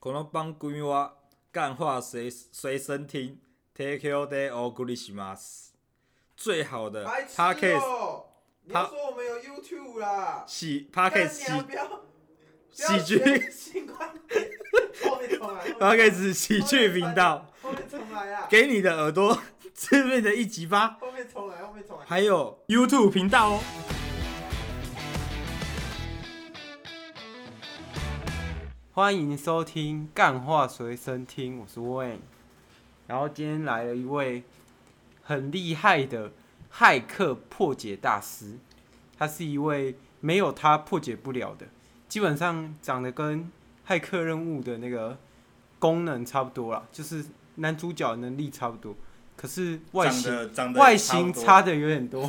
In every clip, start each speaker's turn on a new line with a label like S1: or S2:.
S1: この番組は干话随随身听，Take your day or good i s h m a s 最好的
S2: 白痴
S1: Podcast
S2: 哦！你
S1: 他
S2: 要说我们有 YouTube 啦？
S1: 喜 Podcast 喜
S2: 干你啊不要
S1: 喜剧
S2: 不要学新观点，后面重来。后面
S1: Podcast 喜剧频道，，
S2: 后面重来啊！
S1: 给你的耳朵致命的一击吧。
S2: 后面重来，后面重来。
S1: 还有 YouTube 频道哦。
S3: 欢迎收听《干话随身听》，我是 Wayne。然后今天来了一位很厉害的骇客破解大师，他是一位没有他破解不了的，基本上长得跟骇客任务的那个功能差不多啦，就是男主角能力差不多，可是外
S1: 长
S3: 形
S1: 得长得
S3: 外形
S1: 不多
S3: 差的有点多。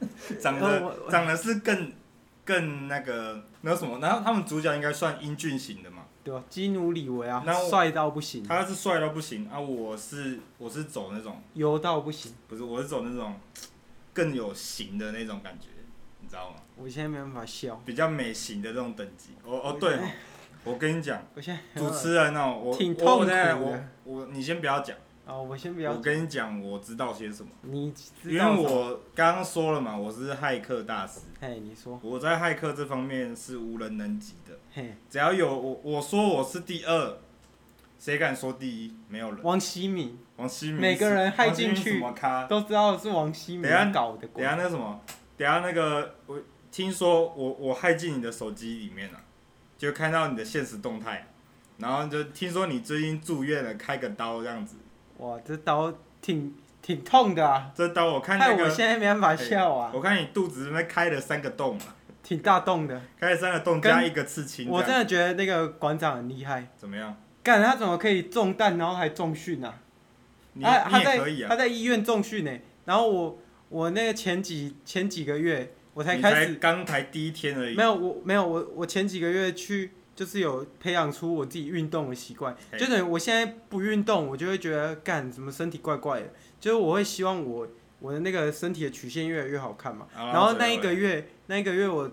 S1: 长
S3: 呃我
S1: 得长得是更更那个那什么，然后他们主角应该算英俊型的嘛，
S3: 对吧、基努里维啊
S1: 那我，
S3: 帅到不行，
S1: 他是帅到不行啊，我是我是走那种
S3: 油到不行。
S1: 不是我是走那种更有型的那种感觉，你知道吗？
S3: 我现在没办法笑，
S1: 比较美型的那种等级。哦哦对哦，我跟你 讲，
S3: 我现在
S1: 主持人哦，我
S3: 挺
S1: 我
S3: 痛苦的
S1: 我我你先不要讲，
S3: 哦，我先不要
S1: 我，跟你讲，我知道些什么，
S3: 你
S1: 因
S3: 知
S1: 为
S3: 道什么？
S1: 我刚刚说了嘛，我是骇客大师。
S3: 嘿，你说，
S1: 我在骇客这方面是无人能及的，
S3: 嘿，
S1: 只要有我我说我是第二，谁敢说第一？没有人。
S3: 王希敏
S1: 王希明，
S3: 每个人害进去
S1: 王希明什么咖？
S3: 都知道是王希敏
S1: 等下
S3: 搞的
S1: 等
S3: 鬼
S1: 一，下那什么，等一下那个我听说我我害进你的手机里面了、啊就看到你的现实动态，然后就听说你最近住院了，开个刀这样子。
S3: 哇，这刀挺挺痛的啊，
S1: 这刀我看
S3: 害
S1: 那个，
S3: 我现在没办法笑啊，
S1: 我看你肚子那边开了三个洞嘛，
S3: 挺大洞的。
S1: 开了三个洞
S3: 跟
S1: 加一个刺青这
S3: 我
S1: 样，
S3: 真的觉得那个馆长很厉害，
S1: 怎么样？
S3: 干他怎么可以中弹，然后还重训啊？
S1: 你、
S3: 他
S1: 你
S3: 他
S1: 也
S3: 在
S1: 可以啊
S3: 他，在医院重训呢，然后我我那个前几前几个月我才
S1: 你
S3: 开始
S1: 刚才第一天而已
S3: 没。有，我没有，我我前几个月去就是有培养出我自己运动的习惯，
S1: 嘿
S3: 就等于我现在不运动，我就会觉得干怎么身体怪怪的，就是我会希望我我的那个身体的曲线越来越好看嘛。
S1: 啊
S3: 然后那一个月，那一个月我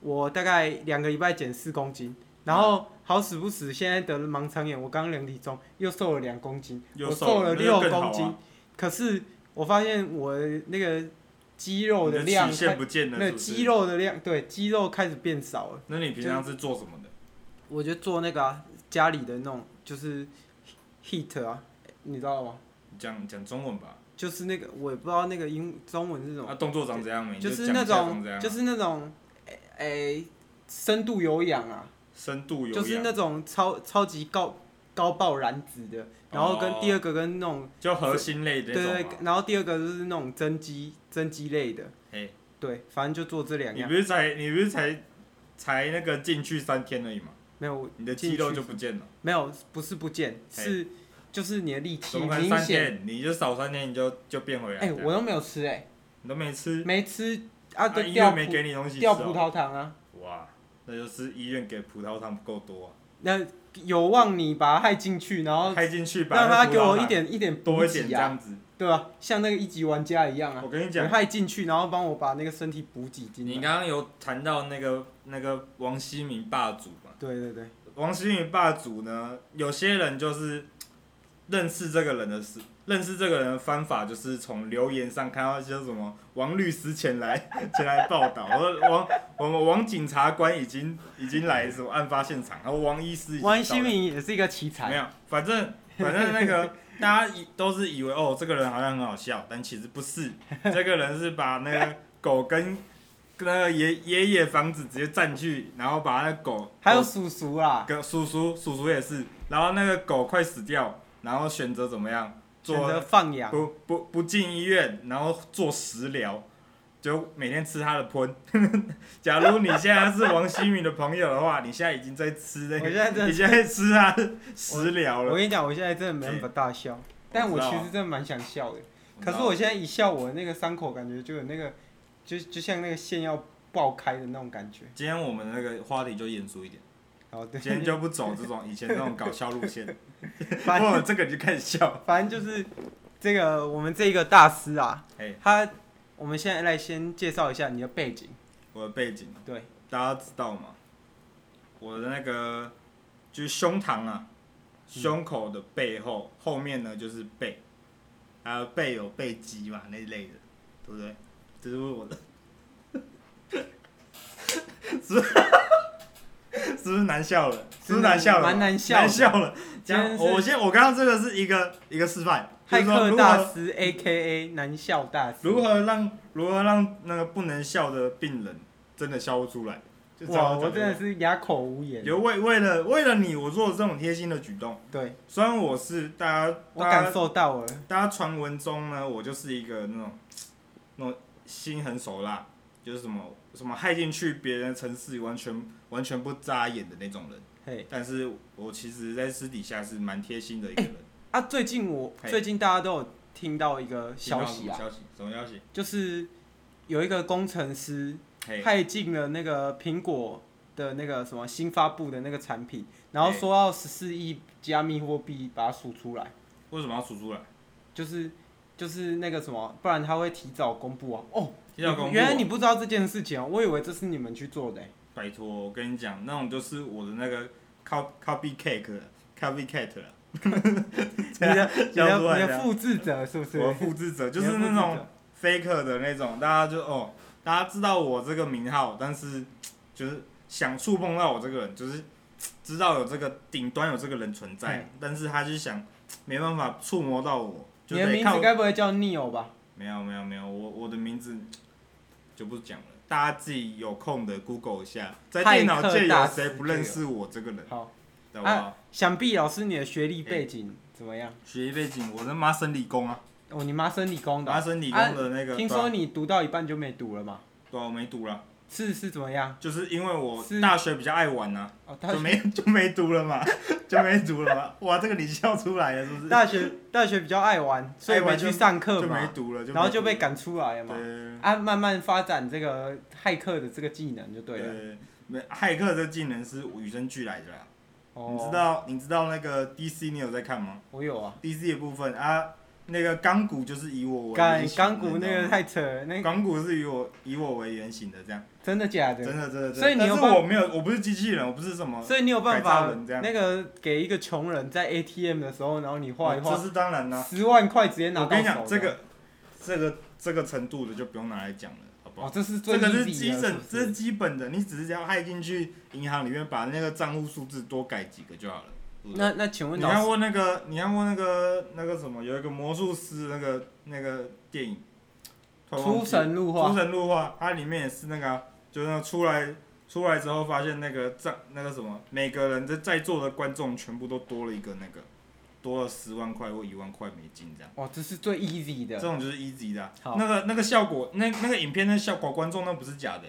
S3: 我大概两个礼拜减四公斤，
S1: 嗯
S3: 然后好死不死现在得了盲肠炎，我刚量体重又瘦了两公斤，
S1: 又
S3: 我
S1: 瘦
S3: 瘦
S1: 了
S3: 了
S1: 那
S3: 六
S1: 就更好
S3: 公斤，
S1: 啊
S3: 可是我发现我那个肌肉
S1: 你的
S3: 量
S1: 曲
S3: 它
S1: 线不见了，
S3: 那
S1: 是不是
S3: 肌。肉的量，对，肌肉开始变少了。
S1: 那你平常是做什么的？
S3: 我就做那个、啊、家里的那种，就是 heat 啊，你知道吗？
S1: 讲讲中文吧。
S3: 就是那个我也不知道那个英中文是什
S1: 啊，
S3: 么，
S1: 动作长这样嘛，你
S3: 就是
S1: 讲
S3: 那
S1: 一下长
S3: 种
S1: 这样啊
S3: 就是那种诶、诶深度有氧啊，
S1: 深度有氧，
S3: 就是那种超超级高高爆燃脂的，然后跟
S1: 哦
S3: 第二个跟那种、
S1: 就核心类的
S3: 对
S1: 那种啊
S3: 对
S1: 嘛。，
S3: 然后第二个就是那种增肌增肌类的，
S1: 嘿
S3: 对，反正就做这两
S1: 你
S3: 样
S1: 不。是才你不是才才那个进去三天而已嘛，
S3: 没有，
S1: 你的
S3: 进
S1: 肌肉
S3: 去
S1: 就不见了，
S3: 没有，不是不见，
S1: 嘿
S3: 是就是你的力气
S1: 怎么可能
S3: 明
S1: 三
S3: 显。
S1: 天？你就少三天，你就就变回来
S3: 哎、
S1: 这样。
S3: 我又没有吃哎、
S1: 你都没吃，
S3: 没吃啊，
S1: 啊
S3: 就
S1: 医
S3: 掉
S1: 院
S3: 葡
S1: 没给你东西吃
S3: 掉葡
S1: 哦。
S3: 萄糖啊，
S1: 哇，那就是医院给葡萄糖不够多啊，
S3: 那有望你把它害进去，然后
S1: 开进去把
S3: 让
S1: 那
S3: 它
S1: 葡
S3: 给
S1: 萄
S3: 我
S1: 糖
S3: 一点一点
S1: 多
S3: 补
S1: 一点
S3: 给
S1: 这
S3: 啊，
S1: 样子。
S3: 对吧、像那个一级玩家一样啊
S1: 我，跟你
S3: 我
S1: 讲，
S3: 害进去，然后帮我把那个身体补给进
S1: 你
S3: 来。
S1: 刚刚有谈到那个那个王希明霸主嘛？
S3: 对对对，
S1: 王希明霸主呢，有些人就是认识这个人的事，认识这个人的方法就是从留言上看到一些什么王律师前来前来报道，或者王我们王警察官已经已经来什么案发现场，然后王医师已经到了
S3: 王希明也是一个奇
S1: 没
S3: 才，
S1: 有，反正反正那 个大家以都是以为哦，这个人好像很好笑，但其实不是，这个人是把那个狗跟跟那个爷爷爷房子直接占据，然后把那狗
S3: 还有
S1: 狗
S3: 叔叔啊啦，
S1: 跟叔叔叔叔也是，然后那个狗快死掉，然后选择怎么样
S3: 选择
S1: 做
S3: 放养，
S1: 不不不进医院，然后做食疗。就每天吃它的喷。 假如你现在是王希敏的朋友的话，你现在已经在吃那
S3: 我现
S1: 个，
S3: 在真的
S1: 你现在吃它 的食疗了嗯
S3: 我。跟你讲，我现在真的没办法大笑，但我
S1: 啊
S3: 其实真的蛮想笑的。可是我现在一笑，我那个伤口感觉就有那个，就就像那个线要爆开的那种感觉。
S1: 今天我们那个话题就严肃一点，
S3: 好，对，
S1: 今天就不走这种以前那种搞笑路 线，
S3: 反
S1: 不这个你就开始 笑。
S3: 反正就是这个我们这个大师啊
S1: 哎，
S3: 他我们现在来先介绍一下你的背景。
S1: 我的背景，啊
S3: 对，
S1: 大家知道吗？我的那个就是胸膛啊，
S3: 嗯
S1: 胸口的背后，后面呢就是背，还有背有背肌嘛那一类的，对不对？这是我的， 是不是是不是难笑了？是不是难笑了？
S3: 蛮难笑的
S1: 难笑了。
S3: 今
S1: 讲
S3: 天是
S1: 我先，我刚刚这个是一个一个示范，就是
S3: 骇
S1: 说
S3: 客
S1: 如
S3: 大
S1: 何
S3: 师 A K A 男校大师，
S1: 如何让如何让那个不能笑的病人真的笑不出来？就这样
S3: 哇，
S1: 讲
S3: 我真的
S1: 对
S3: 是哑口无
S1: 不对
S3: 言。
S1: 有为为了为了你，我做了这种贴心的举动。
S3: 对，
S1: 虽然我是大家
S3: 我
S1: 大
S3: 感
S1: 家
S3: 受到了，
S1: 大家传闻中呢，我就是一个那种那种心狠手辣，就是什么什么害进去别人的城市完全完全不眨眼的那种人。
S3: 嘿
S1: 但是我其实，在私底下是蛮贴心的一个人。
S3: 啊！最近我
S1: 嘿
S3: 最近大家都有听到一个消息啊，
S1: 消息什么消息？
S3: 就是有一个工程师
S1: 嘿，
S3: 害进了那个苹果的那个什么新发布的那个产品，然后
S1: 嘿
S3: 说要十四亿加密货币把它数出来，
S1: 为什么要数出来？
S3: 就是就是那个什么，不然他会提早公布啊。哦，
S1: 提早公布
S3: 原来你不知道这件事情、啊，我以为这是你们去做 的欸、
S1: 拜托，我跟你讲，那种就是我的那个 cop copy cake copy cat 了，笑出来
S3: 你的你的你
S1: 这
S3: 的
S1: 样
S3: 复制者是不是？
S1: 啊我的复制者啊就是
S3: 你的
S1: 那
S3: 复制者
S1: 种 faker 的那种，大家就哦，大家知道我这个名号，但是就是想触碰到我这个人，就是知道有这个顶端有这个人存在
S3: 嗯，
S1: 但是他就想没办法触摸到我，就
S3: 你的
S1: 得
S3: 名
S1: 靠
S3: 字该不会叫 Neo 吧？
S1: 没有没有没有，我我的名字就不讲了，大家自己有空的 Google 一下，在电脑界
S3: 骇客大
S1: 有
S3: 师哦
S1: 谁不认识我这个人，
S3: 好，啊
S1: 知道不好？
S3: 想必老师你的学历背景怎么样？
S1: 学习背景，我他妈生理工啊，
S3: 哦，你妈生理工的
S1: 麻
S3: 啊，
S1: 省理工的那个，啊
S3: 听说你读到一半就没读了嘛？
S1: 对啊，我没读了，
S3: 是是怎么样？
S1: 就是因为我
S3: 是
S1: 大学比较爱玩呐、
S3: 哦，大
S1: 就
S3: 学
S1: 没就没读了嘛，就没读了嘛。哇，这个你笑出来了是不是？
S3: 大学大学比较爱玩，所以
S1: 爱
S3: 没
S1: 玩
S3: 去上课
S1: 就没
S3: 嘛，
S1: 读了，
S3: 然后就被
S1: 赶
S3: 赶出来
S1: 对
S3: 了嘛。
S1: 对
S3: 啊，慢慢发展这个骇客的这个技能就对啊
S1: 对
S3: 了。
S1: 对，没骇客这技能是与生俱来的啦。
S3: 哦，
S1: 你知？道你知道那个 DC 你有在看吗
S3: 我有啊，
S1: ？DC 的部分啊，那个钢骨就是以我为
S3: 港
S1: 原型的
S3: 港股
S1: 你知
S3: 那
S1: 道
S3: 个
S1: 吗
S3: 太扯了，那
S1: 钢骨是以我以我为原型的这样，
S3: 真的假
S1: 真的
S3: 的？
S1: 真的真的。
S3: 所以你有
S1: 但是
S3: 办
S1: 我没有，我不是机器人，我不是什么。
S3: 所以你有办
S1: 改造
S3: 法
S1: 人这样
S3: 那个给一个穷人在 ATM 的时候，然后你画一
S1: 哦
S3: 画
S1: 这，是当然啦、
S3: 十万块直接拿
S1: 我
S3: 到
S1: 跟你
S3: 手
S1: 讲，这
S3: 的。
S1: 个这个这个程度的就不用拿来讲了，好不
S3: 哦
S1: 好？，
S3: 这是最
S1: 这个是
S3: easy
S1: 基本，
S3: 的是
S1: 这
S3: 不
S1: 是
S3: 是
S1: 基本的，你只是只要害进去银行里面，把那个账户数字多改几个就好了。是
S3: 那那请问
S1: 你
S3: 老
S1: 看
S3: 师，
S1: 过那个，你看过那个那个什么，有一个魔术师那个那个电影，突然忘记
S3: 出神入
S1: 出
S3: 化，
S1: 神入化，它里面也是那个啊、就是那个出来出来之后发现那个账那个什么，每个人在在座的观众全部都多了一个那个，多了十万块或一万块美金这样。
S3: 哦，这是最 easy
S1: 这
S3: 的。
S1: 种就是 easy 的啊、
S3: 好
S1: 那个那个效果，那那个影片那效果，观众那不是假的、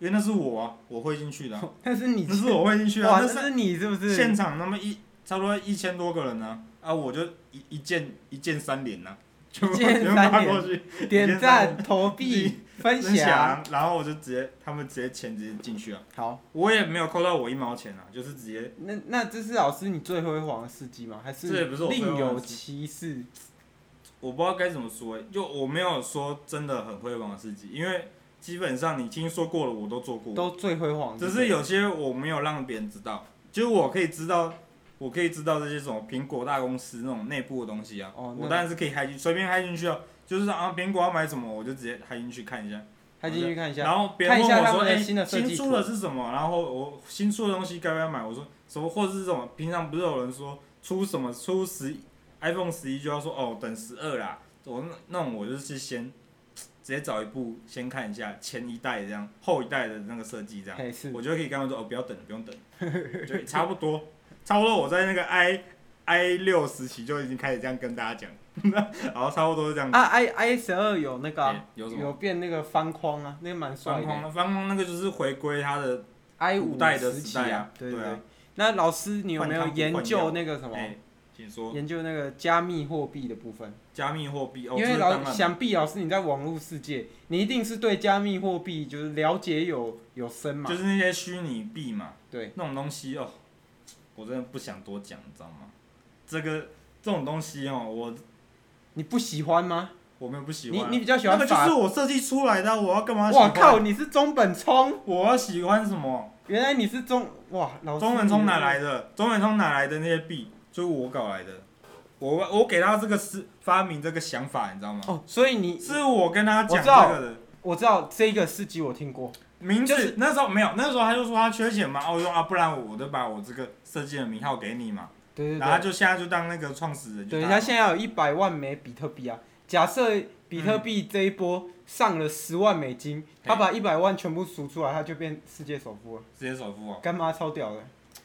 S1: 因为那是我啊，我会进去的啊、
S3: 但是 你
S1: 那是我会进去啊，
S3: 哇，
S1: 那
S3: 这
S1: 是
S3: 是你是不
S1: 现
S3: 是？
S1: 场那么一差不多一千多个人呢、啊，我就一一键一键三连呐、全部
S3: 一键
S1: 全部
S3: 三
S1: 发
S3: 连
S1: 过去
S3: 点赞、投币、分
S1: 分
S3: 享。
S1: 享，然后我就直接他们直接钱直接进去啊，
S3: 好，
S1: 我也没有扣到我一毛钱啊，就是直接
S3: 那那这是老师你最辉煌的事迹吗？还
S1: 这也
S3: 是
S1: 不是我最辉
S3: 另
S1: 煌的
S3: 有
S1: 事
S3: 其事？
S1: 我不知道该怎么说欸、就我没有说真的很辉煌的事迹，因为基本上你听说过了我都做过，
S3: 都最辉煌。
S1: 只是有些我没有让别人知道，就是我可以知道，我可以知道这些什么苹果大公司那种内部的东西啊，
S3: 哦那
S1: 我当然是可以嗨进随便嗨进去啊，就是啊苹果要买什么我就直接嗨进去看一下，
S3: 还进去看一下。
S1: 然后别人问
S3: 看一下
S1: 我
S3: 他
S1: 说
S3: 们的
S1: 哎、
S3: 新的设计
S1: 新
S3: 图
S1: 出的是什么，然后我新出的东西该不该买，我说什么或者是这种平常不是有人说出什么出十 iPhone 十一就要说哦等十二啦，我那那种我就是先。直接找一部先看一下前一代这样，后一代的那个设计这样，
S3: 嘿，是
S1: 我就可以跟他们说哦，不要等，不用 等，就差不多，差不多。我在那个 i i 六时期就已经开始这样跟大家讲， 然后差不多是这样。
S3: 啊，i i 十二有那个啊
S1: 欸有什么
S3: 有变那个方框啊，那个蛮帅
S1: 方
S3: 的。
S1: 框，方框那个就是回归它的，
S3: i
S1: 古
S3: 五
S1: 代的
S3: 时
S1: 时
S3: 期
S1: 代
S3: 啊
S1: 啊，
S3: 对
S1: 对啊
S3: 对。那老师，你有没有
S1: 换汤不
S3: 研
S1: 换
S3: 究
S1: 药
S3: 那个什么？
S1: 哎，请说
S3: 研究那个加密货币的部分，
S1: 加密货币哦，
S3: 因
S1: 这
S3: 为
S1: 是
S3: 老
S1: 当然
S3: 想必老师你在网络世界，你一定是对加密货币就是了解有有深嘛，
S1: 就是那些虚拟币嘛，
S3: 对，
S1: 那种东西哦，我真的不想多讲，你知道吗？这个这种东西哦，我
S3: 你不喜欢吗？
S1: 我没有不喜
S3: 你
S1: 欢啊，
S3: 你比较喜
S1: 那
S3: 欢
S1: 个就
S3: 法？
S1: 是我设计出来的啊，我要干嘛？
S3: 哇靠，！你是中本聪，
S1: 我要喜欢什么？
S3: 原来你是中哇，老师
S1: 中文聪哪来的？中文聪哪来的那些币？就是我搞来的。我我给他这个思发明这个想法，你知道吗？
S3: 哦？所以你
S1: 是我跟他
S3: 我
S1: 讲
S3: 知道
S1: 这个的。
S3: 我知道这个四级我听过，
S1: 名字、
S3: 就是
S1: 那时候没有，那时候他就说他缺钱嘛，啊我说啊，不然我就把我这个设计的名号给你嘛，
S3: 对对
S1: 然后他
S3: 对，
S1: 就现在就当那个创始人就
S3: 对
S1: 打嘛。
S3: 他现在有一百万枚比特币啊，假设比特币
S1: 嗯
S3: 这一波上了十万美金，他把一百万全部赎出来，他就变世界首富了，
S1: 直接首富哦，
S3: 干妈超屌的，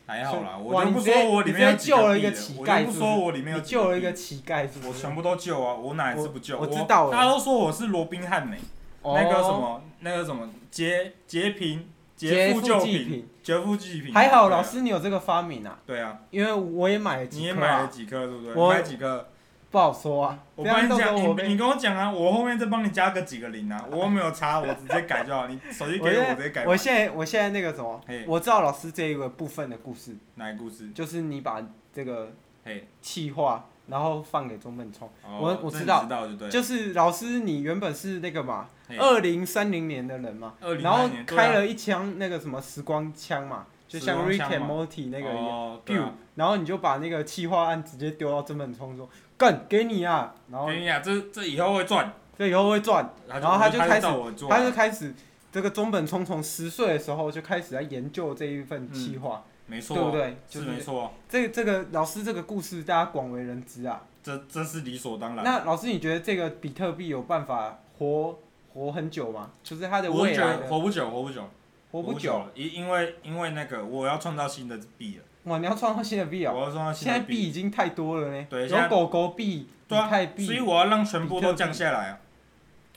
S1: 还好啦，
S3: 所以
S1: 我
S3: 哇
S1: 就
S3: 你
S1: 不
S3: 直接
S1: 说我里面有
S3: 你直
S1: 几
S3: 接救了
S1: 币
S3: 一个
S1: 了
S3: 乞
S1: 我
S3: 丐
S1: 就不
S3: 是不
S1: 说
S3: 是
S1: 我里面有
S3: 你
S1: 几个
S3: 救了一个
S1: 币，
S3: 乞丐是不是，
S1: 我全部都救啊，我哪一次不救？
S3: 我
S1: 我
S3: 知道了
S1: 大家都说我是罗宾汉美，
S3: 哦
S1: 那个什么，那个什么劫劫贫劫
S3: 劫
S1: 富
S3: 富
S1: 救
S3: 济
S1: 贫，
S3: 贫，
S1: 劫富济贫，
S3: 还好
S1: 对啊
S3: 老，师你有这个发明啊，
S1: 对啊，
S3: 因为我也买了
S1: 你
S3: 几
S1: 也
S3: 颗
S1: 买了
S3: 啊，
S1: 几颗对不对？
S3: 我
S1: 买几颗？
S3: 不好说啊，
S1: 我
S3: 不要
S1: 帮你
S3: 到时
S1: 讲，
S3: 候我
S1: 你你
S3: 被
S1: 跟我讲啊，我后面再帮你加个几个零啊，我又没有差，我直接改就好。你手机给我，
S3: 我现在
S1: 我直接改吧。
S3: 我现在我现在那个什么
S1: 嘿，
S3: 我知道老师这一个部分的故事，
S1: 哪个故事？
S3: 就是你把这个
S1: 嘿，
S3: 气化，然后放给中本聪。
S1: 哦
S3: 我我
S1: 这
S3: 知
S1: 你
S3: 道
S1: 知道就对了。
S3: 就是老师，你原本是那个嘛，
S1: 嘿
S3: 二零三零年的人嘛，
S1: 2030
S3: 然后
S1: 年对啊
S3: 开了一枪那个什么时光枪嘛，就像
S1: 时
S3: Rick
S1: 光枪
S3: and
S1: 嘛
S3: Morty 那个一样。
S1: 哦，对
S3: biu，
S1: 啊。
S3: 然后你就把那个气化案直接丢到中本聪说干给你啊，然后
S1: 跟你讲，这这以后会赚，
S3: 这以后会赚，
S1: 然
S3: 后他就开始
S1: 照我做啊，
S3: 他就开始这个中本聪从十岁的时候就开始在研究这一份气化，
S1: 没嗯错，
S3: 对不对？就是
S1: 没错，
S3: 这这个老师这个故事大家广为人知啊。
S1: 这这是理所当然。
S3: 那老师，你觉得这个比特币有办法活活很久吗？就是它的
S1: 活不
S3: 未来
S1: 久，
S3: 的
S1: 活不久，活不久，
S3: 活不久。
S1: 久，因因为因为那个我要创造新的币了，
S3: 哇，你要创造新的币啊！
S1: 我要创造新
S3: 现在
S1: 的
S3: 币
S1: 币，
S3: 已经太多了呢，
S1: 对现在
S3: 有狗狗币、比
S1: 对啊
S3: 太
S1: 所以
S3: 币，
S1: 我要让全部
S3: 比特
S1: 都
S3: 币
S1: 降下来啊。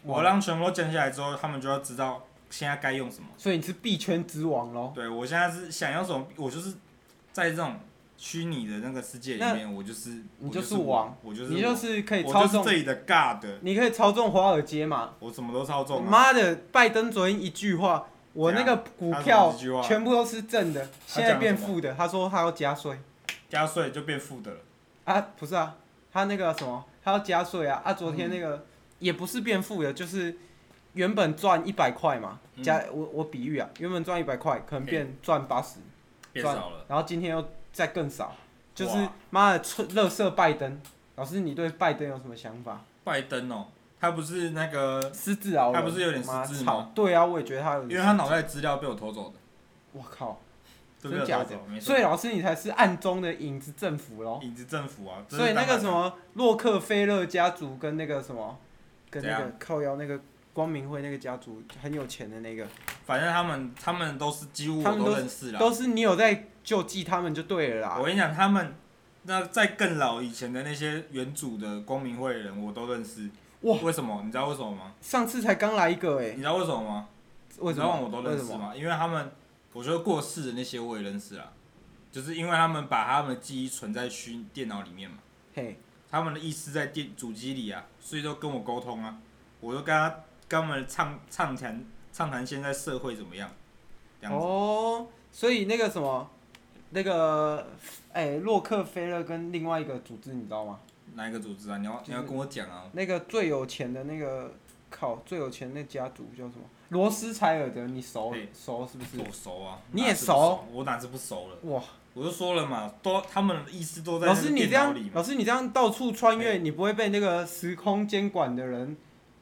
S3: 哇
S1: 我让全部都降下来之后，他们就要知道现在该用什么。
S3: 所以你是币圈之王喽。
S1: 对我现在是想要什么，我就是在这种虚拟的那个世界里面，我就是
S3: 你
S1: 我
S3: 就是是王，
S1: 我就是
S3: 你
S1: 我
S3: 就是可以
S1: 我
S3: 操
S1: 就是
S3: 纵
S1: 这，里的 God，
S3: 你可以操纵华尔街嘛。
S1: 我什么都操纵啊。
S3: 妈的，拜登昨天一句话，我那
S1: 怎
S3: 个
S1: 样
S3: 股
S1: 他
S3: 票
S1: 什么一句话
S3: 全部都是正的，现在变负的。他说他要加税
S1: 加税就变负的了，
S3: 啊，不是啊，他那个什么，他要加税啊啊！昨天那
S1: 嗯
S3: 个也不是变负的，就是原本赚一百块嘛，
S1: 嗯
S3: 加我我比喻啊，原本赚一百块，可能变赚八十。
S1: 变少了。
S3: 然后今天又再更少，就是
S1: 哇
S3: 妈的吹乐色拜登。老师，你对拜登有什么想法？
S1: 拜登哦，他不是那个，
S3: 失智啊，
S1: 他不是有点
S3: 妈
S1: 失智
S3: 操
S1: 吗？
S3: 对啊，我也觉得他有
S1: 因为
S3: 点。
S1: 他脑袋资料被我偷走的，
S3: 我靠，
S1: 都
S3: 真
S1: 被我
S3: 假
S1: 偷
S3: 的
S1: 走，没？错
S3: 所以老师，你才是暗中的影子政府喽。
S1: 影子政府啊，这是
S3: 所以那个
S1: 当然
S3: 什
S1: 的，
S3: 么洛克菲勒家族跟那个什么，跟那
S1: 怎
S3: 个靠腰那个光明会那个家族很有钱的那个，
S1: 反正他们他们都是几乎
S3: 他
S1: 我
S3: 们都是
S1: 认识了。
S3: 都是你有在救济他们就对了
S1: 啊我
S3: 啦。
S1: 跟你讲，他们那在更老以前的那些原主的光明会的人，我都认识。
S3: 哇
S1: 为什么？你知道为什么吗？
S3: 上次才刚来一个哎、
S1: 你知道为什么吗？
S3: 为
S1: 你
S3: 什
S1: 知道
S3: 么？
S1: 我都
S3: 为
S1: 认
S3: 什
S1: 识
S3: 么？
S1: 吗？因为他们，我觉得过世的那些我也认识啦，就是因为他们把他们的记忆存在虚拟电脑里面嘛，
S3: 嘿，
S1: 他们的意识在电主机里啊，所以都跟我沟通啊，我就跟他跟他们畅畅谈畅谈现在社会怎么样，这样子。
S3: 哦，所以那个什么，那个哎、洛克菲勒跟另外一个组织你知道吗？
S1: 哪一个组织啊？你要
S3: 就是
S1: 你要跟我讲啊。
S3: 那个最有钱的那个靠最有钱那家族叫什么？罗斯柴尔德，你熟
S1: 对
S3: 熟是不是？
S1: 我熟啊，
S3: 你也
S1: 哪次不
S3: 熟
S1: 熟？我哪次不熟了？
S3: 哇，
S1: 我就说了嘛，都他们的意思都在
S3: 老
S1: 那个
S3: 师你
S1: 电
S3: 这
S1: 脑
S3: 样
S1: 里，嘛。
S3: 老师你这样到处穿越，你不会被那个时空监管的人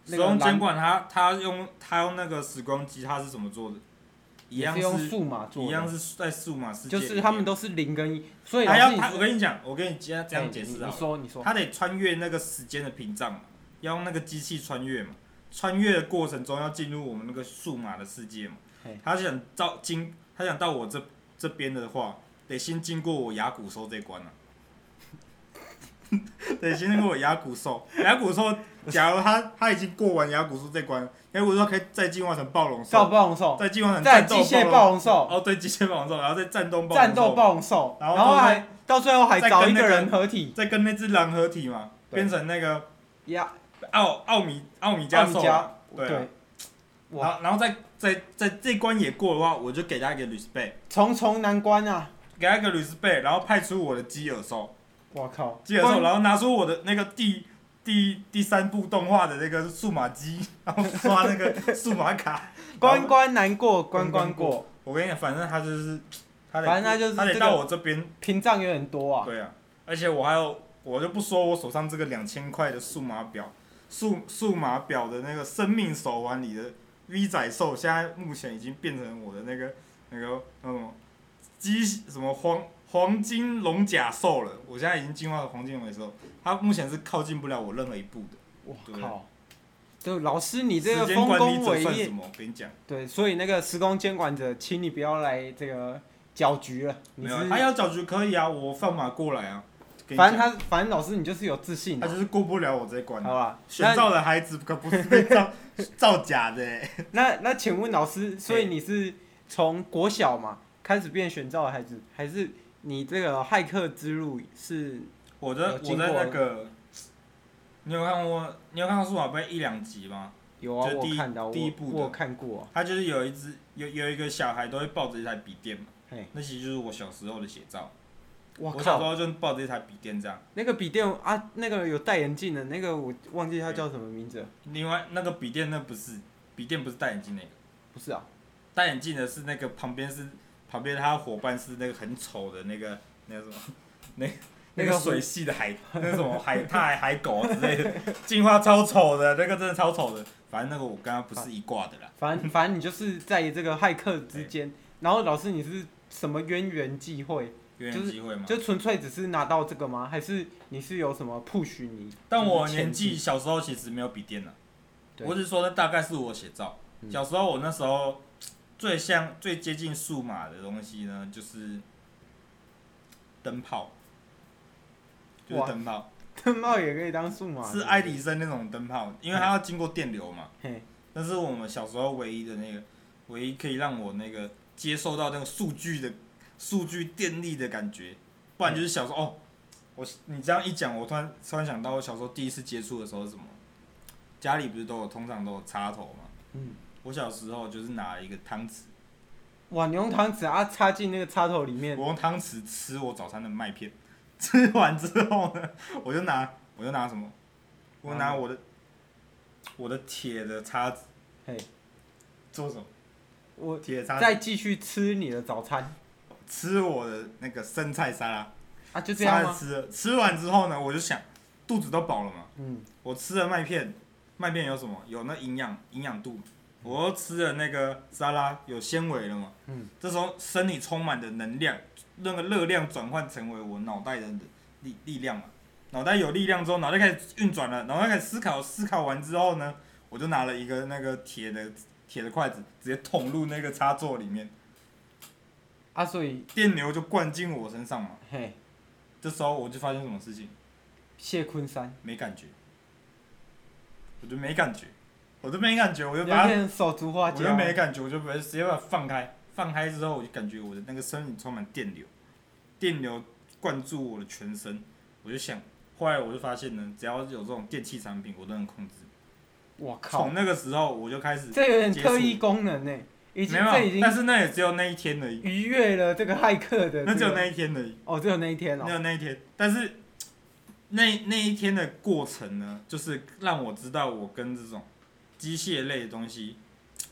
S3: 那
S1: 时
S3: 个
S1: 空监
S3: 拦？
S1: 管他他用他用那个时光机，他是怎么做的？一
S3: 也
S1: 样
S3: 是用数码做
S1: 一
S3: 的，
S1: 样是在数码世界
S3: 就
S1: 里面，
S3: 是他们都是零跟一，所以
S1: 还
S3: 老
S1: 要
S3: 师你
S1: 他，
S3: 是
S1: 我跟你讲，我跟你这样这
S3: 哎
S1: 样解释
S3: 你
S1: 啊
S3: 你，说你说，
S1: 他得穿越那个时间的屏障嘛，要用那个机器穿越嘛，穿越的过程中要进入我们那个数码的世界嘛
S3: 嘿。
S1: 他想到经，他想到我这这边的话，得先经过我牙骨兽这关啊。 得先经过我牙骨兽，牙骨兽，假如他他已经过完牙骨兽这关，牙骨兽可以再进化成暴龙
S3: 叫
S1: 兽，
S3: 暴龙兽，
S1: 再进化成
S3: 再
S1: 战
S3: 机
S1: 斗暴
S3: 械
S1: 龙，
S3: 暴龙兽，
S1: 哦对，机械暴龙兽，然后再战斗暴龙兽，
S3: 战斗暴龙兽，
S1: 然后
S3: 然后
S1: 到最
S3: 还到最后还
S1: 再
S3: 找
S1: 跟
S3: 一
S1: 那
S3: 个
S1: 个
S3: 人合体
S1: 再跟那只狼合体嘛，
S3: 对
S1: 变成那个
S3: 呀，
S1: 奥奥米奥米加
S3: 奥
S1: 兽
S3: 米
S1: 啊，
S3: 加，
S1: 对啊
S3: 对，
S1: 然
S3: 哇，
S1: 后然后再再再这关也过的话，我就给他一个 respect，
S3: 重重难关啊！
S1: 给他一个 respect，然后派出我的基尔兽，
S3: 我靠，
S1: 基尔兽，
S3: 关
S1: 然后拿出我的那个第第第三部动画的那个 数码机，然后刷那个数码卡，
S3: 关关难过关关
S1: 关关
S3: 过，
S1: 我跟你讲，反正他就是他得，
S3: 反正他就是
S1: 他得
S3: 这个
S1: 到我这边，
S3: 屏障有点多啊。
S1: 对啊，而且我还有，我就不说我手上这个两千块的数码表，数数码表的那个生命手环里的 V 仔兽，现在目前已经变成我的那个那个那什么鸡什么黄黄金龙甲兽了，我现在已经进化到黄金龙甲兽，它目前是靠近不了我任何一步的。
S3: 我
S1: 对
S3: 靠！就老师，你这
S1: 时
S3: 个
S1: 间
S3: 丰
S1: 管理
S3: 功
S1: 者
S3: 伟
S1: 算
S3: 业
S1: 什，么？我跟你讲，
S3: 对，所以那个时空监管者，请你不要来这个搅局了。你
S1: 没
S3: 是
S1: 有，他要搅局可以啊，我放马过来啊。跟你
S3: 反正
S1: 讲
S3: 他，反正老师你就是有自信
S1: 他
S3: 的，
S1: 就是过不了我这一关。
S3: 好吧？
S1: 选
S3: 那
S1: 造的孩子可不是被造 造假的、欸。
S3: 那那，请问老师，所以你是从国小嘛开始变选召的孩子，还是你这个骇客之路是
S1: 我的
S3: 有
S1: 我
S3: 经过
S1: 的那个，你有看过你有看过数码宝贝一两集吗？
S3: 有啊？
S1: 就
S3: 我
S1: 第一
S3: 看到，我
S1: 第一部的
S3: 我有看过啊，
S1: 他就是有一只有有一个小孩都会抱着一台笔电嘛，
S3: 嘿，
S1: 那其实就是我小时候的写照。
S3: 我
S1: 小时
S3: 靠，
S1: 候就抱着一台笔电这样。
S3: 那个笔电啊，那个有戴眼镜的那个，我忘记他叫什么名字了，
S1: 另外那个笔电那不是笔电不是戴眼镜那个，
S3: 不是啊，
S1: 戴眼镜的是那个旁边是旁边他伙伴是那个很丑的那个那个什么那
S3: 那
S1: 那
S3: 个
S1: 个水系的海那什么海獭海狗啊之类的，进化超丑的那个真的超丑的，反正那个我刚刚不是一挂的啦。
S3: 反 正反正你就是在这个骇客之间，然后老师你是什么渊源际会？
S1: 有点机会嘛。
S3: 就纯粹只是拿到这个吗？还是你是有什么 push 你？
S1: 但我
S3: 就是前
S1: 年纪
S3: 进
S1: 小时候其实没有笔电的，
S3: 对
S1: 我只是说那大概是我写照。
S3: 嗯
S1: 小时候我那时候最像最接近数码的东西呢，就是灯泡，就是
S3: 哇
S1: 灯泡，
S3: 灯 泡也可以当数码，
S1: 是爱迪生那种灯泡，因为它要经过电流嘛。
S3: 嘿，
S1: 那是我们小时候唯一的那个，唯一可以让我那个接受到那个数据的数据电力的感觉，不然就是小时候、哦，我你这样一讲，我突然突然想到我小时候第一次接触的时候是什么？家里不是都有通常都有插头嘛？
S3: 嗯，
S1: 我小时候就是拿一个汤匙，
S3: 哇，你用汤匙啊插进那个插头里面，
S1: 我用汤匙吃我早餐的麦片， 吃完之后呢，我就拿我就拿什么？我拿我的我的铁的叉子
S3: 嘿，
S1: 做什么？
S3: 我
S1: 铁的叉子
S3: 再继续吃你的早餐
S1: 吃我的那个生菜沙拉，
S3: 啊，就这样
S1: 沙拉
S3: 吗？
S1: 吃了吃完之后呢，我就想肚子都饱了嘛，
S3: 嗯，
S1: 我吃了麦片，麦片有什么？有那营养营养度，我又吃了那个沙拉，有纤维了嘛，
S3: 嗯，
S1: 这时候身体充满的能量，那个热量转换成为我脑袋的力力量嘛，脑袋有力量之后，脑袋开始运转了，脑袋开始思考，思考完之后呢，我就拿了一个那个铁的铁的筷子，直接捅入那个插座里面，
S3: 啊，所以
S1: 电流就灌进我身上嘛。
S3: 嘿，
S1: 这时候我就发现什么事情，
S3: 谢昆山，
S1: 没感觉，我就没感觉，我就没感觉，我
S3: 有
S1: 就把它，
S3: 点手足画
S1: 我就
S3: 家，
S1: 没感觉，我就把它直接把它放开，放开之后我就感觉我的那个身体充满电流，电流灌注我的全身，我就想，后来我就发现呢，只要有这种电器产品，我都能控制。
S3: 我靠
S1: 从，那个时候我就开始，
S3: 这有点特异功能呢，已经这
S1: 没有，
S3: 已
S1: 啊
S3: 经
S1: 但是那也只有那一天而已，
S3: 逾越了这个骇客的、这
S1: 那只有
S3: 个
S1: 那一天而已。
S3: 哦，只有那一天
S1: 没
S3: 哦，
S1: 有那一天，但是那那一天的过程呢，就是让我知道我跟这种机械类的东西，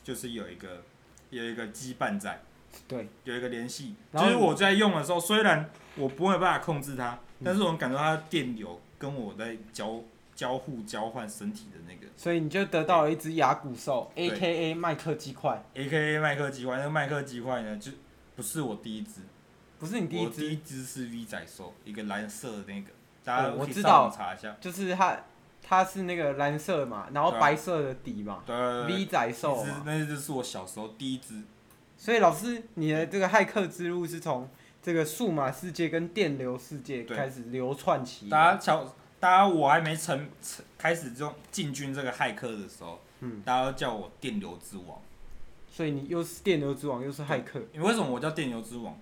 S1: 就是有一个有一个羁绊在，
S3: 对，
S1: 有一个联系。
S3: 然
S1: 就
S3: 后
S1: 是我在用的时候，虽然我不会办法控制它，
S3: 嗯
S1: 但是我能感受到它的电流跟我在交交互交换身体的那个
S3: 所以你就得到了一只牙骨兽
S1: 对
S3: ，A K A 麦克鸡块，
S1: A K A 麦克鸡块。那个麦克鸡块呢，就不是我第一只，
S3: 不是你第一
S1: 我第
S3: 只，
S1: 一只是 V 仔兽，一个蓝色的那个，大家
S3: 哦我
S1: 可以
S3: 知
S1: 上网
S3: 道
S1: 查一下。
S3: 就是它，它是那个蓝色嘛，然后
S1: 对啊
S3: 白色的底嘛、
S1: 对对对
S3: v 仔
S1: 那
S3: 兽啊
S1: 只
S3: 嘛，
S1: 那就是我小时候第一只，
S3: 所以老师你的这个骇客之路是从这个数码世界跟电流世界
S1: 对
S3: 开始流窜起的，
S1: 大家小，大家我还没成成开始这种进军这个骇客的时候，
S3: 嗯，
S1: 大家都叫我电流之王。
S3: 所以你又是电流之王，又是骇客，
S1: 因为为什么我叫电流之王？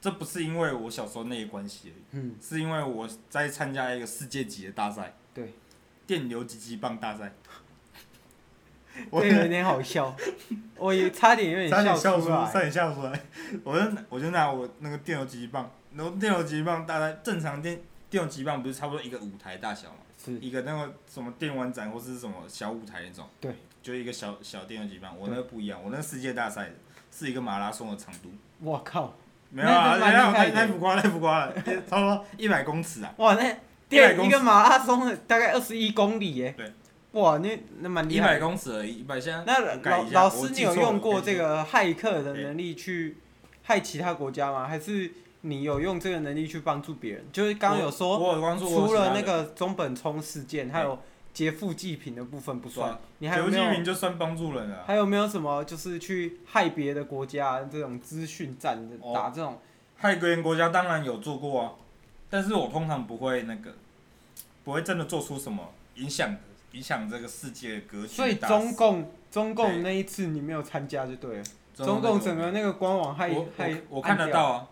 S1: 这不是因为我小时候那些关系而已，
S3: 嗯，
S1: 是因为我在参加一个世界级的大赛，
S3: 对，
S1: 电流极击棒大赛。 我
S3: 这个有点 好笑，我也差点有点
S1: 差点
S3: 笑
S1: 笑
S3: 出
S1: 出，
S3: 来
S1: 差，点笑出来。我就拿我就拿我那个电流极击棒，然后电流极击棒大概正常电电流极击棒不是差不多一个舞台大小嘛？
S3: 是
S1: 一个那个什么电玩展或是什么小舞台那种，
S3: 对，
S1: 就一个小小电玩举办。我那个不一样，我那个世界大赛的，是一个马拉松的长度。
S3: 我靠，
S1: 没有啊，
S3: 那是蛮
S1: 没有
S3: 厉害
S1: 太
S3: 的
S1: 太浮夸，太浮夸了， 差不多一百公尺啊，
S3: 哇，那
S1: 100公
S3: 对
S1: 尺
S3: 一个马拉松的大概二十一公里耶。
S1: 对。
S3: 哇，那那蛮厉
S1: 一
S3: 害
S1: 百
S3: 的。
S1: 公尺而已，一百现在
S3: 那
S1: 我改
S3: 老
S1: 一下
S3: 老
S1: 我
S3: 师，
S1: 记
S3: 你有
S1: 错了
S3: 用
S1: 我
S3: 过
S1: 跟
S3: 这
S1: 你说
S3: 个骇客的
S1: 对
S3: 能力去害其他国家吗？还是你有用这个能力去帮助别人？就是刚刚有说，
S1: 我我有关注过
S3: 除
S1: 其他
S3: 了
S1: 的
S3: 那个中本聪事件，还有劫富济贫的部分不算
S1: 算，
S3: 你还有
S1: 刘
S3: 没
S1: 继
S3: 有
S1: 明就算帮助人了啊，
S3: 还有没有什么就是去害别的国家这种资讯战的
S1: 哦
S3: 打这种？
S1: 害别人国家当然有做过啊，但是我通常不会那个，不会真的做出什么影响影响这个世界格局
S3: 所
S1: 的
S3: 以
S1: 大事。
S3: 中共
S1: 对
S3: 中共那一次你没有参加就对了。
S1: 那
S3: 中共
S1: 个
S3: 整个那个官网害
S1: 我
S3: 害
S1: 我我看
S3: 暗
S1: 得
S3: 掉，
S1: 到啊，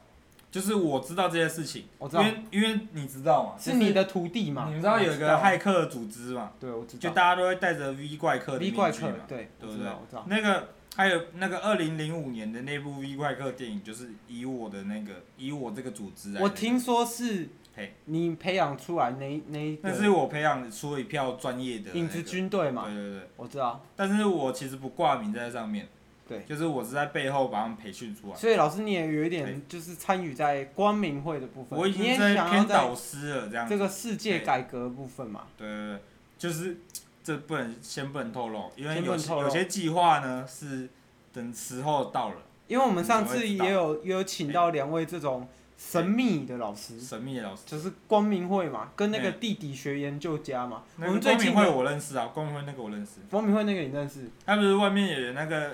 S1: 就是我知道这些事情，
S3: 我知
S1: 因
S3: 道
S1: 为因为你知道嘛，
S3: 是
S1: 就是
S3: 你的徒弟嘛？
S1: 你知道有一
S3: 我
S1: 个骇客组织嘛，
S3: 对我知
S1: 就
S3: 道
S1: 大家都会带着 V 怪客的
S3: ，V
S1: 面
S3: 怪
S1: 具
S3: 客
S1: 嘛，，
S3: 对，
S1: 对
S3: 我
S1: 不
S3: 知
S1: 对
S3: 道我知道，
S1: 那个还有那个二零零五年的那部 V 怪客电影，就是以我的那个以我这个组织来的，
S3: 我听说是
S1: 嘿
S3: 你培养出来那那一
S1: 那是
S3: 个
S1: 我培养出一票专业的
S3: 影
S1: 那
S3: 子
S1: 个
S3: 军队嘛？
S1: 对对对，
S3: 我知道，
S1: 但是我其实不挂名在上面，
S3: 对，
S1: 就是我是在背后把他们培训出来。
S3: 所以老师你也有一点
S1: 对
S3: 就是参与在光明会的部分，
S1: 我已
S3: 你也
S1: 经在
S3: 想要
S1: 偏
S3: 在
S1: 导师了，这样子
S3: 这个世界改革的部分嘛？
S1: 对对对，就是这不能先不能透露，因为
S3: 先不
S1: 有
S3: 能
S1: 些
S3: 透露
S1: 有些计划呢是等时候到了，
S3: 因为我们上
S1: 你
S3: 次
S1: 才会知道
S3: 也有也有请到两位这种神秘的老师，
S1: 神秘的老师。
S3: 就是光明会嘛，跟那个
S1: 对
S3: 地底学研究家嘛。我
S1: 那
S3: 们
S1: 个
S3: 最
S1: 光
S3: 近
S1: 明会我认识啊，光明会那个我认识，
S3: 光明会那个你认识
S1: 他不是外面有人那个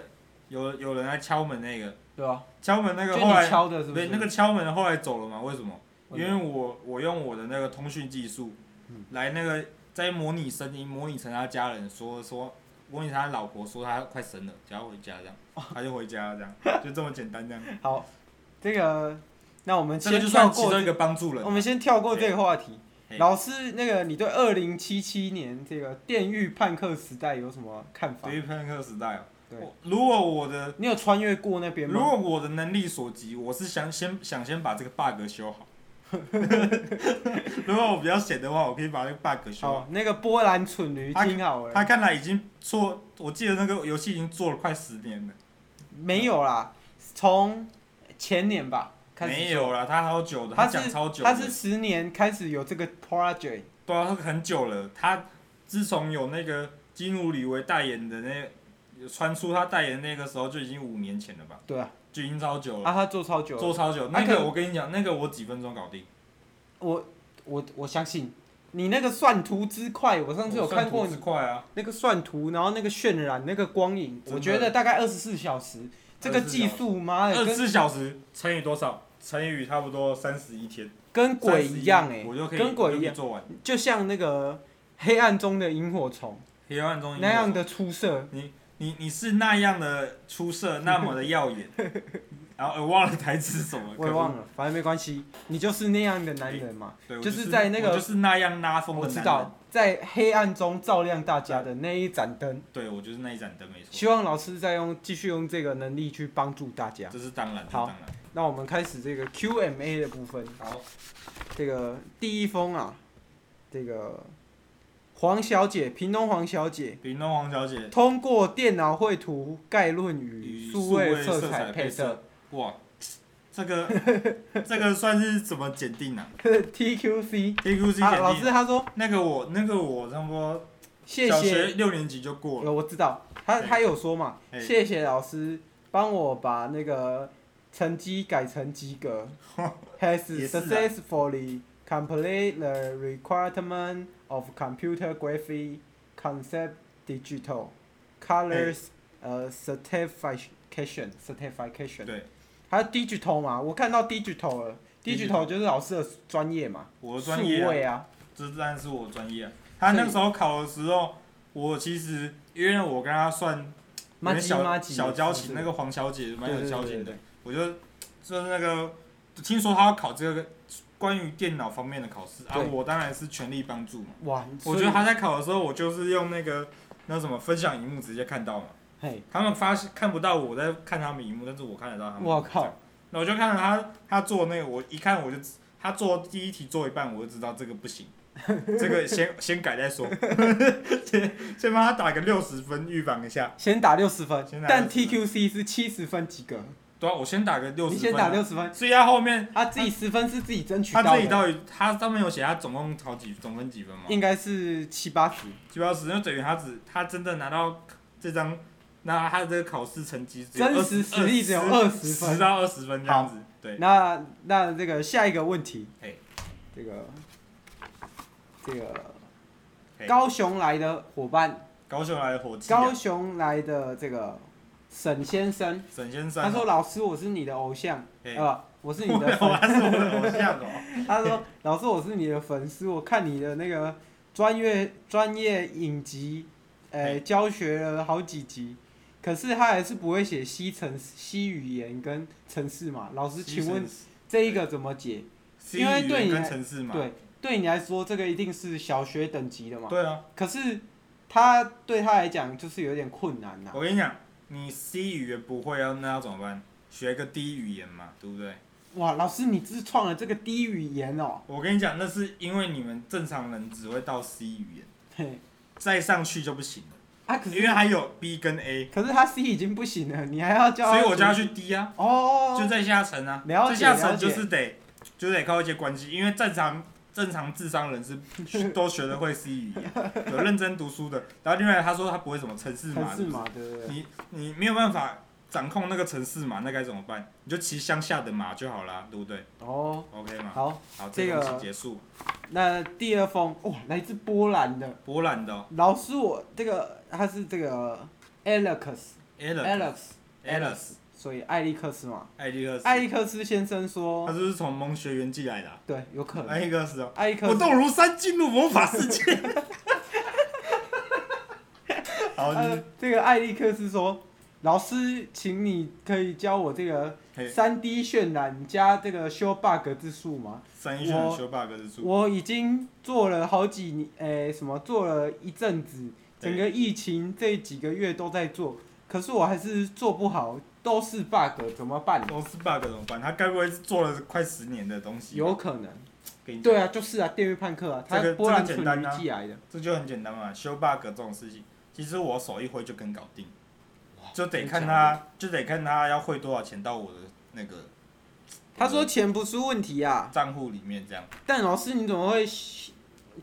S1: 有有人来敲门那个
S3: 对吧？
S1: 敲门那
S3: 就
S1: 个
S3: 你
S1: 后来
S3: 敲的是不是？
S1: 对那个敲门的后来走了嘛？为什么？因
S3: 为
S1: 为我我用我的那个通讯技术
S3: 嗯
S1: 来那个在模拟声音，模拟成他家人说说模拟他老婆说他快生了，叫他回家这样，
S3: 哦
S1: 他就回家了这 样，就这么简单这样。
S3: 好，这个那我们
S1: 这个
S3: 先
S1: 就
S3: 跳
S1: 算其
S3: 过
S1: 中
S3: 这
S1: 一个帮助人
S3: 我。们先跳过这个话题。
S1: 啊嘿
S3: 老师，那个你对二零七七年这个电狱叛客时代有什么看法
S1: 对？于朋克时代哦，
S3: 对
S1: 我如果我的
S3: 你有穿越过那边
S1: 如
S3: 吗？
S1: 果我的能力所及，我是想先想先把这个 bug 修好。 如果我比较闲的话，我可以把这个 bug 修好。
S3: 好，哦那个波兰蠢驴
S1: 他
S3: 听好了，
S1: 他看来已经做，我记得那个游戏已经做了快十年了，
S3: 没有啦，从前年吧开
S1: 没
S3: 始
S1: 有
S3: 做，
S1: 啦，他好久的，
S3: 他
S1: 讲
S3: 是
S1: 超久的，
S3: 他是十年开始有这个 project，
S1: 对啊，他很久了。他自从有那个基努里维代言的那传出他代言那个时候，就已经五年前了吧，
S3: 对啊，
S1: 就已经超久了。
S3: 啊他做超久
S1: 哦
S3: 了，
S1: 做超久，
S3: 他
S1: 那
S3: 可
S1: 个我跟你讲，那个我几分钟搞定。
S3: 我我我相信你那个算图之快，我
S1: 哦
S3: 上次有看过
S1: 你
S3: 你
S1: 快啊，
S3: 那个算图，然后那个渲染那个光影，
S1: 真的
S3: 我觉得大概二十四小时，这个
S1: 24
S3: 技术妈
S1: 二
S3: 的
S1: 十
S3: 哎跟
S1: 四小时乘以多少？乘以差不多三十一天，
S3: 跟鬼一样哎、
S1: 31我就可以
S3: 跟鬼
S1: 我
S3: 一
S1: 就可
S3: 样
S1: 以，做完。
S3: 就像那个黑暗中的萤火虫
S1: 黑暗中
S3: 那样，的出色，
S1: 你你是那样的出色，那么的耀 眼，然后我呃忘了台词什么，
S3: 我也
S1: 可恶
S3: 忘了，反正没关系，你就是那样的男人嘛。
S1: 对，我
S3: 就
S1: 就是
S3: 在那个
S1: 我就是那样拉风
S3: 我
S1: 的
S3: 知
S1: 男
S3: 道
S1: 人，，
S3: 在黑暗中照亮大家的那一盏灯，
S1: 对我就是那一盏灯，没错，
S3: 希望老师再用继续用这个能力去帮助大家。
S1: 这是当然，这是
S3: 好
S1: 当然。
S3: 那我们开始这个 Q&A 的部分。
S1: 好，
S3: 这个第一封啊，这个黄小姐，屏东黄小姐，
S1: 屏东黄小姐
S3: 通过电脑绘图概论与
S1: 与
S3: 数
S1: 位
S3: 色
S1: 彩
S3: 配
S1: 色，哇，这个这个算是怎么检定 啊
S3: TQC。
S1: ？AQC
S3: 啊，老
S1: 检
S3: 师
S1: 定，
S3: 他说
S1: 那个我那个我差不多
S3: 谢
S1: 小学
S3: 谢，
S1: 六年级就过了。
S3: 呃，我知道，他
S1: 嘿
S3: 他有说嘛，
S1: 嘿
S3: 谢谢老师帮我把那个成绩改成及格，has
S1: 也是啊
S3: successfully completed the requirement of computer graphic concept digital colors 呃 certification certification。
S1: 对，
S3: 还有 digital 嘛，我看到 digital 了
S1: digital
S3: ，digital 就是老师的专业嘛，
S1: 我的
S3: 数
S1: 专业、啊，
S3: 位啊，
S1: 这当然是我的专业啊。他那个时候考的时候，我其实因为我跟他算有
S3: 妈
S1: 点
S3: 吉
S1: 小
S3: 妈吉
S1: 小交情，那
S3: 个
S1: 个黄小姐蛮有交情的，，我就就是那个听说他要考这个关于电脑方面的考试啊，
S3: 对
S1: 我当然是全力帮助嘛。
S3: 哇，
S1: 我觉得他在考的时候，我就是用那个那什么分享荧幕直接看到嘛，
S3: 嘿，
S1: 他们发现看不到我在看他们荧幕，但是我看得到他们。
S3: 我靠，
S1: 那我就看到他他做那个，我一看我就他做第一题做一半，我就知道这个不 行，这个先先改再说，先先帮他打个六十分预防一下。
S3: 先打六十分
S1: 先，打
S3: 但
S1: 60分
S3: TQC 是七十分及格，
S1: 对啊，我先打个六十
S3: 你
S1: 分、
S3: 先打六，十分，
S1: 所以他后面
S3: 他自己十分是自己争取
S1: 他
S3: 到
S1: 自己
S3: 的，
S1: 到底他上面有写他总共考几总分几分吗？
S3: 应该是七八十，
S1: 七八十，那等于他只他真的拿到这张，那他的这个考试成绩只有
S3: 真
S1: 20
S3: 实实力只有
S1: 20
S3: 20分
S1: 十到二十分这样子。对，
S3: 那那这个下一个问题
S1: 嘿，
S3: 这个这个
S1: 嘿
S3: 高雄来的伙伴，
S1: 高雄来的火气啊、
S3: 高雄来的这个沈先生，
S1: 沈先生，
S3: 他说：“老师，我是你的偶像，
S1: 哦嘿
S3: 呃，我是你
S1: 哎我
S3: 的
S1: 的
S3: 粉。
S1: 他是我的偶像哦。”
S3: 他说：“老师，我是你的粉丝，我看你的那个专业专业影集，呃，
S1: 嘿
S3: 教学了好几集。”可是他还是不会写西城西语言跟城市嘛？老师，请问这一个怎么解？
S1: 西
S3: 因为
S1: 语
S3: 对
S1: 言
S3: 你
S1: 跟
S3: 来
S1: 城市嘛，
S3: 对，对你来说，这个一定是小学等级的嘛。
S1: 对啊，
S3: 可是他对他来讲就是有点困难呐、
S1: 我跟你讲，你 C 语言不会啊，那要怎么办？学个 D 语言嘛，对不对？
S3: 哇，老师，你自创了这个低语言哦。
S1: 我跟你讲，那是因为你们正常人只会到 C 语言，
S3: 嘿，再
S1: 再上去就不行了，
S3: 啊，可
S1: 因为
S3: 是
S1: 还有 B 跟 A，
S3: 可是他 C 已经不行了，你还要叫
S1: 所
S3: 他，
S1: 以我就要去 D 啊，
S3: 哦哦，哦
S1: 就在下层啊，
S3: 了
S1: 在
S3: 解
S1: 下层
S3: 了解
S1: 就是得就得靠一些关系，因为正常正常智商 人是都学得会 C 语言，有认真读书的。然后另外他说他不会什么城市码
S3: 城市
S1: 的，
S3: 嘛，对不对？
S1: 你你没有办法掌控那个城市嘛，那该怎么办？你就骑乡下的马就好啦，对不对
S3: 哦，
S1: ？OK 嘛，
S3: 好，
S1: 好，
S3: 这
S1: 这个
S3: 个
S1: 东西结束。
S3: 那第二封哇，来自波兰的
S1: 波兰的、哦、
S3: 老师我，这个他是这个 Alex
S1: Alex
S3: Alex，
S1: Alex
S3: 所以艾利克斯嘛，
S1: 艾利克斯，
S3: 艾利克斯先生
S1: 他
S3: 说，
S1: 是不是从蒙学园寄来的啊、
S3: 对，有可
S1: 艾
S3: 能，
S1: 利克斯哦，
S3: 艾利克
S1: 我
S3: 斯
S1: 动如山进入魔法世界。 好，你
S3: 呃，这个艾利克斯说：“老师，请你可以教我这个
S1: 嘿
S3: 三 D 渲染加这个修 bug 之术吗？
S1: 三英雄
S3: 我
S1: 修 bug 之术，
S3: 我已经做了好几年，诶、什么做了一阵子，
S1: 对
S3: 整个疫情这几个月都在做，可是我还是做不好，都是 bug，怎么办？
S1: 都是 bug 怎么办？他该不会是做了快十年的东西吧？
S3: 有可能，
S1: 给你讲
S3: 对啊，就是啊，电狱判客啊，他
S1: 这个
S3: 波兰
S1: 这
S3: 蠢
S1: 个简单
S3: 驴
S1: 啊
S3: 寄来的，
S1: 这就很简单嘛，修 bug 这种事情，其实我手一挥就跟搞定，就得看他，就得看他要汇多少钱到我的那个
S3: 他说钱不是问题啊，
S1: 账户里面这样。
S3: 但老师你怎么会？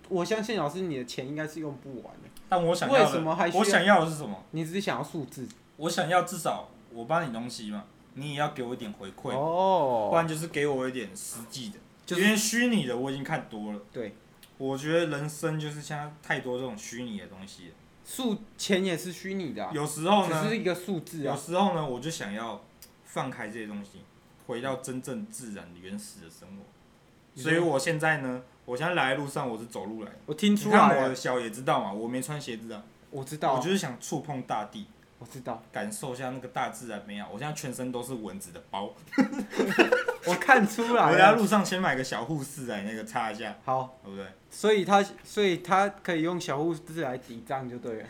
S3: 我相信老师你的钱应该是用不完的。”
S1: 但我想
S3: 为
S1: 要
S3: 什么还
S1: 的，
S3: 需要
S1: 我想要的是什么？
S3: 你只是想要数字
S1: 我想要至少我帮你东西嘛，你也要给我一点回馈，不
S3: 哦，
S1: 然就是给我一点实际的，
S3: 就是
S1: 因为虚拟的我已经看多了。
S3: 对，
S1: 我觉得人生就是现在太多这种虚拟的东西了。
S3: 数钱也是虚拟的、啊，
S1: 有时候呢，
S3: 只是一个数字
S1: 有
S3: 啊。
S1: 时候呢，我就想要放开这些东西，回到真正自然原始的生活。
S3: 你
S1: 所
S3: 说
S1: 以我现在呢，我现在来的路上我是走路来的。
S3: 我听
S1: 你
S3: 出
S1: 看
S3: 来
S1: 我的
S3: 了，
S1: 脚也知道嘛，我没穿鞋子啊，
S3: 我知道
S1: 我
S3: 啊，
S1: 就是想触碰大地，
S3: 我知道，
S1: 感受一下那个大自然美好。我现在全身都是蚊子的包，
S3: 我看出
S1: 我
S3: 来
S1: 在
S3: 了。
S1: 路上先买个小护士来那个擦一下，
S3: 好，
S1: 对不对？
S3: 所以他，所以他可以用小护士来抵账就对了，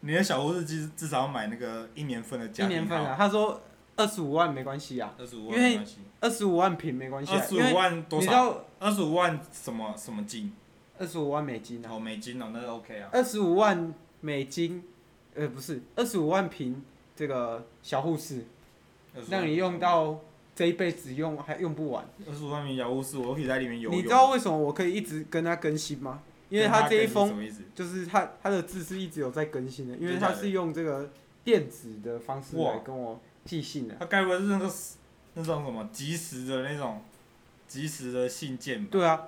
S1: 你的小护士至至少要买那个一年份的
S3: 一
S1: 家
S3: 年
S1: 庭
S3: 份
S1: 号，
S3: 啊。他说二十五万没关系啊，
S1: 二十五
S3: 因
S1: 万
S3: 为
S1: 没关系，
S3: 二十五万平没关系、
S1: 二
S3: 啊，
S1: 十
S3: 因为
S1: 五万多
S3: 你知
S1: 少？
S3: 道
S1: 二十五万什么什么金？
S3: 二十五万美金啊，
S1: 哦，美金哦，那就 OK 啊。
S3: 二十五万美金，呃，不是二十五万平这个小护士，
S1: 25
S3: 让你用到这一辈子用还用不完。
S1: 二十五万米小巫师，我可以在里面游泳。
S3: 你知道为什么我可以一直跟他更新吗？因为他这一
S1: 什
S3: 封
S1: 么意思？
S3: 就是他他的字是一直有在更新的，因为
S1: 真的假
S3: 他
S1: 的
S3: 是用这个电子的方式
S1: 哇
S3: 来跟我寄信的。
S1: 他该不会是那个那种什么及时的那种及时的信件吧？
S3: 对啊，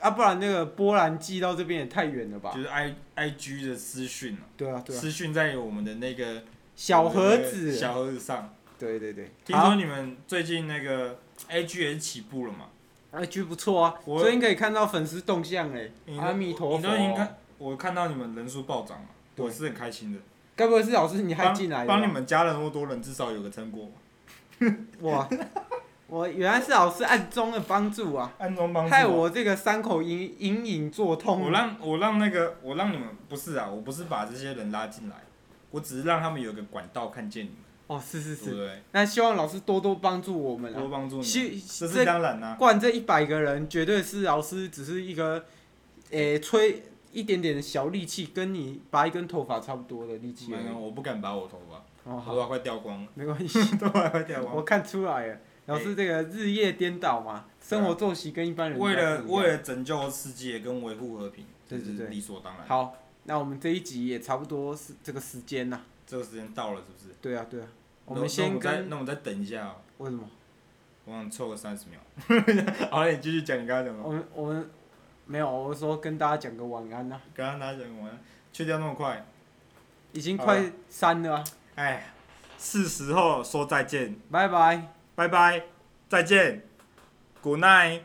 S3: 啊不然那个波兰寄到这边也太远了吧
S1: 就？是 I I G 的私讯啊，
S3: 对啊对啊，
S1: 私讯在我们的那个
S3: 小盒
S1: 我们的那个
S3: 子，
S1: 小盒子上。
S3: 对对对，
S1: 听说
S3: 好
S1: 你们最近那个 I G 也是起步了嘛？
S3: ，IG 不错啊，
S1: 我
S3: 最近可以看到粉丝动向哎
S1: 你，都
S3: 阿弥陀
S1: 你
S3: 佛
S1: 都已经看，我看到你们人数暴涨嘛，
S3: 对
S1: 我是很开心的。
S3: 该不会是老师你还
S1: 帮
S3: 进来的吧
S1: 帮你们加了那么多人，至少有个成果嘛，
S3: 哇， 我原来是老师暗中的帮助啊，
S1: 暗中帮助
S3: 害
S1: 我
S3: 我这个伤口隐隐隐作痛。啊
S1: 我让我让那个我让你们不是啊，我不是把这些人拉进来，我只是让他们有一个管道看见你们。
S3: 哦，是是
S1: 对不
S3: 是，
S1: 对？
S3: 那希望老师多多帮助我们
S1: 多
S3: 啊！
S1: 帮助你，
S3: 希
S1: 这是
S3: 这
S1: 当然啦、
S3: 灌这一百个人，绝对是老师只是一个，诶、吹一点点的小力气，跟你拔一根头发差不多的力气而
S1: 没有，
S3: 已。
S1: 我不敢拔我头发，
S3: 哦，
S1: 我
S3: 好
S1: 头，发快掉 光了，
S3: 没关系，
S1: 头发快掉光
S3: 我
S1: 了。
S3: 看出来了，老师这个日夜颠倒嘛，生活作息跟一般人
S1: 为了
S3: 不一样
S1: 为了拯救世界跟维护和平，这
S3: 对对
S1: 是
S3: 对
S1: 理所当然。
S3: 好，那我们这一集也差不多是这个时间呐、
S1: 这个时间到了是不是？
S3: 对啊，对啊，我
S1: 那那
S3: 们先
S1: 再
S3: 跟
S1: 那我们再等一下、哦，
S3: 为什么？
S1: 我想凑个三十秒。 好了，你继续讲你刚刚讲的。
S3: 我们我们没有，我是说跟大家讲个晚安呐、
S1: 刚刚大家讲完，去掉那么快，
S3: 已经
S1: 好
S3: 快
S1: 了
S3: 三了、啊，
S1: 哎，是时候说再见，
S3: 拜拜。
S1: 拜拜，再见，Good night。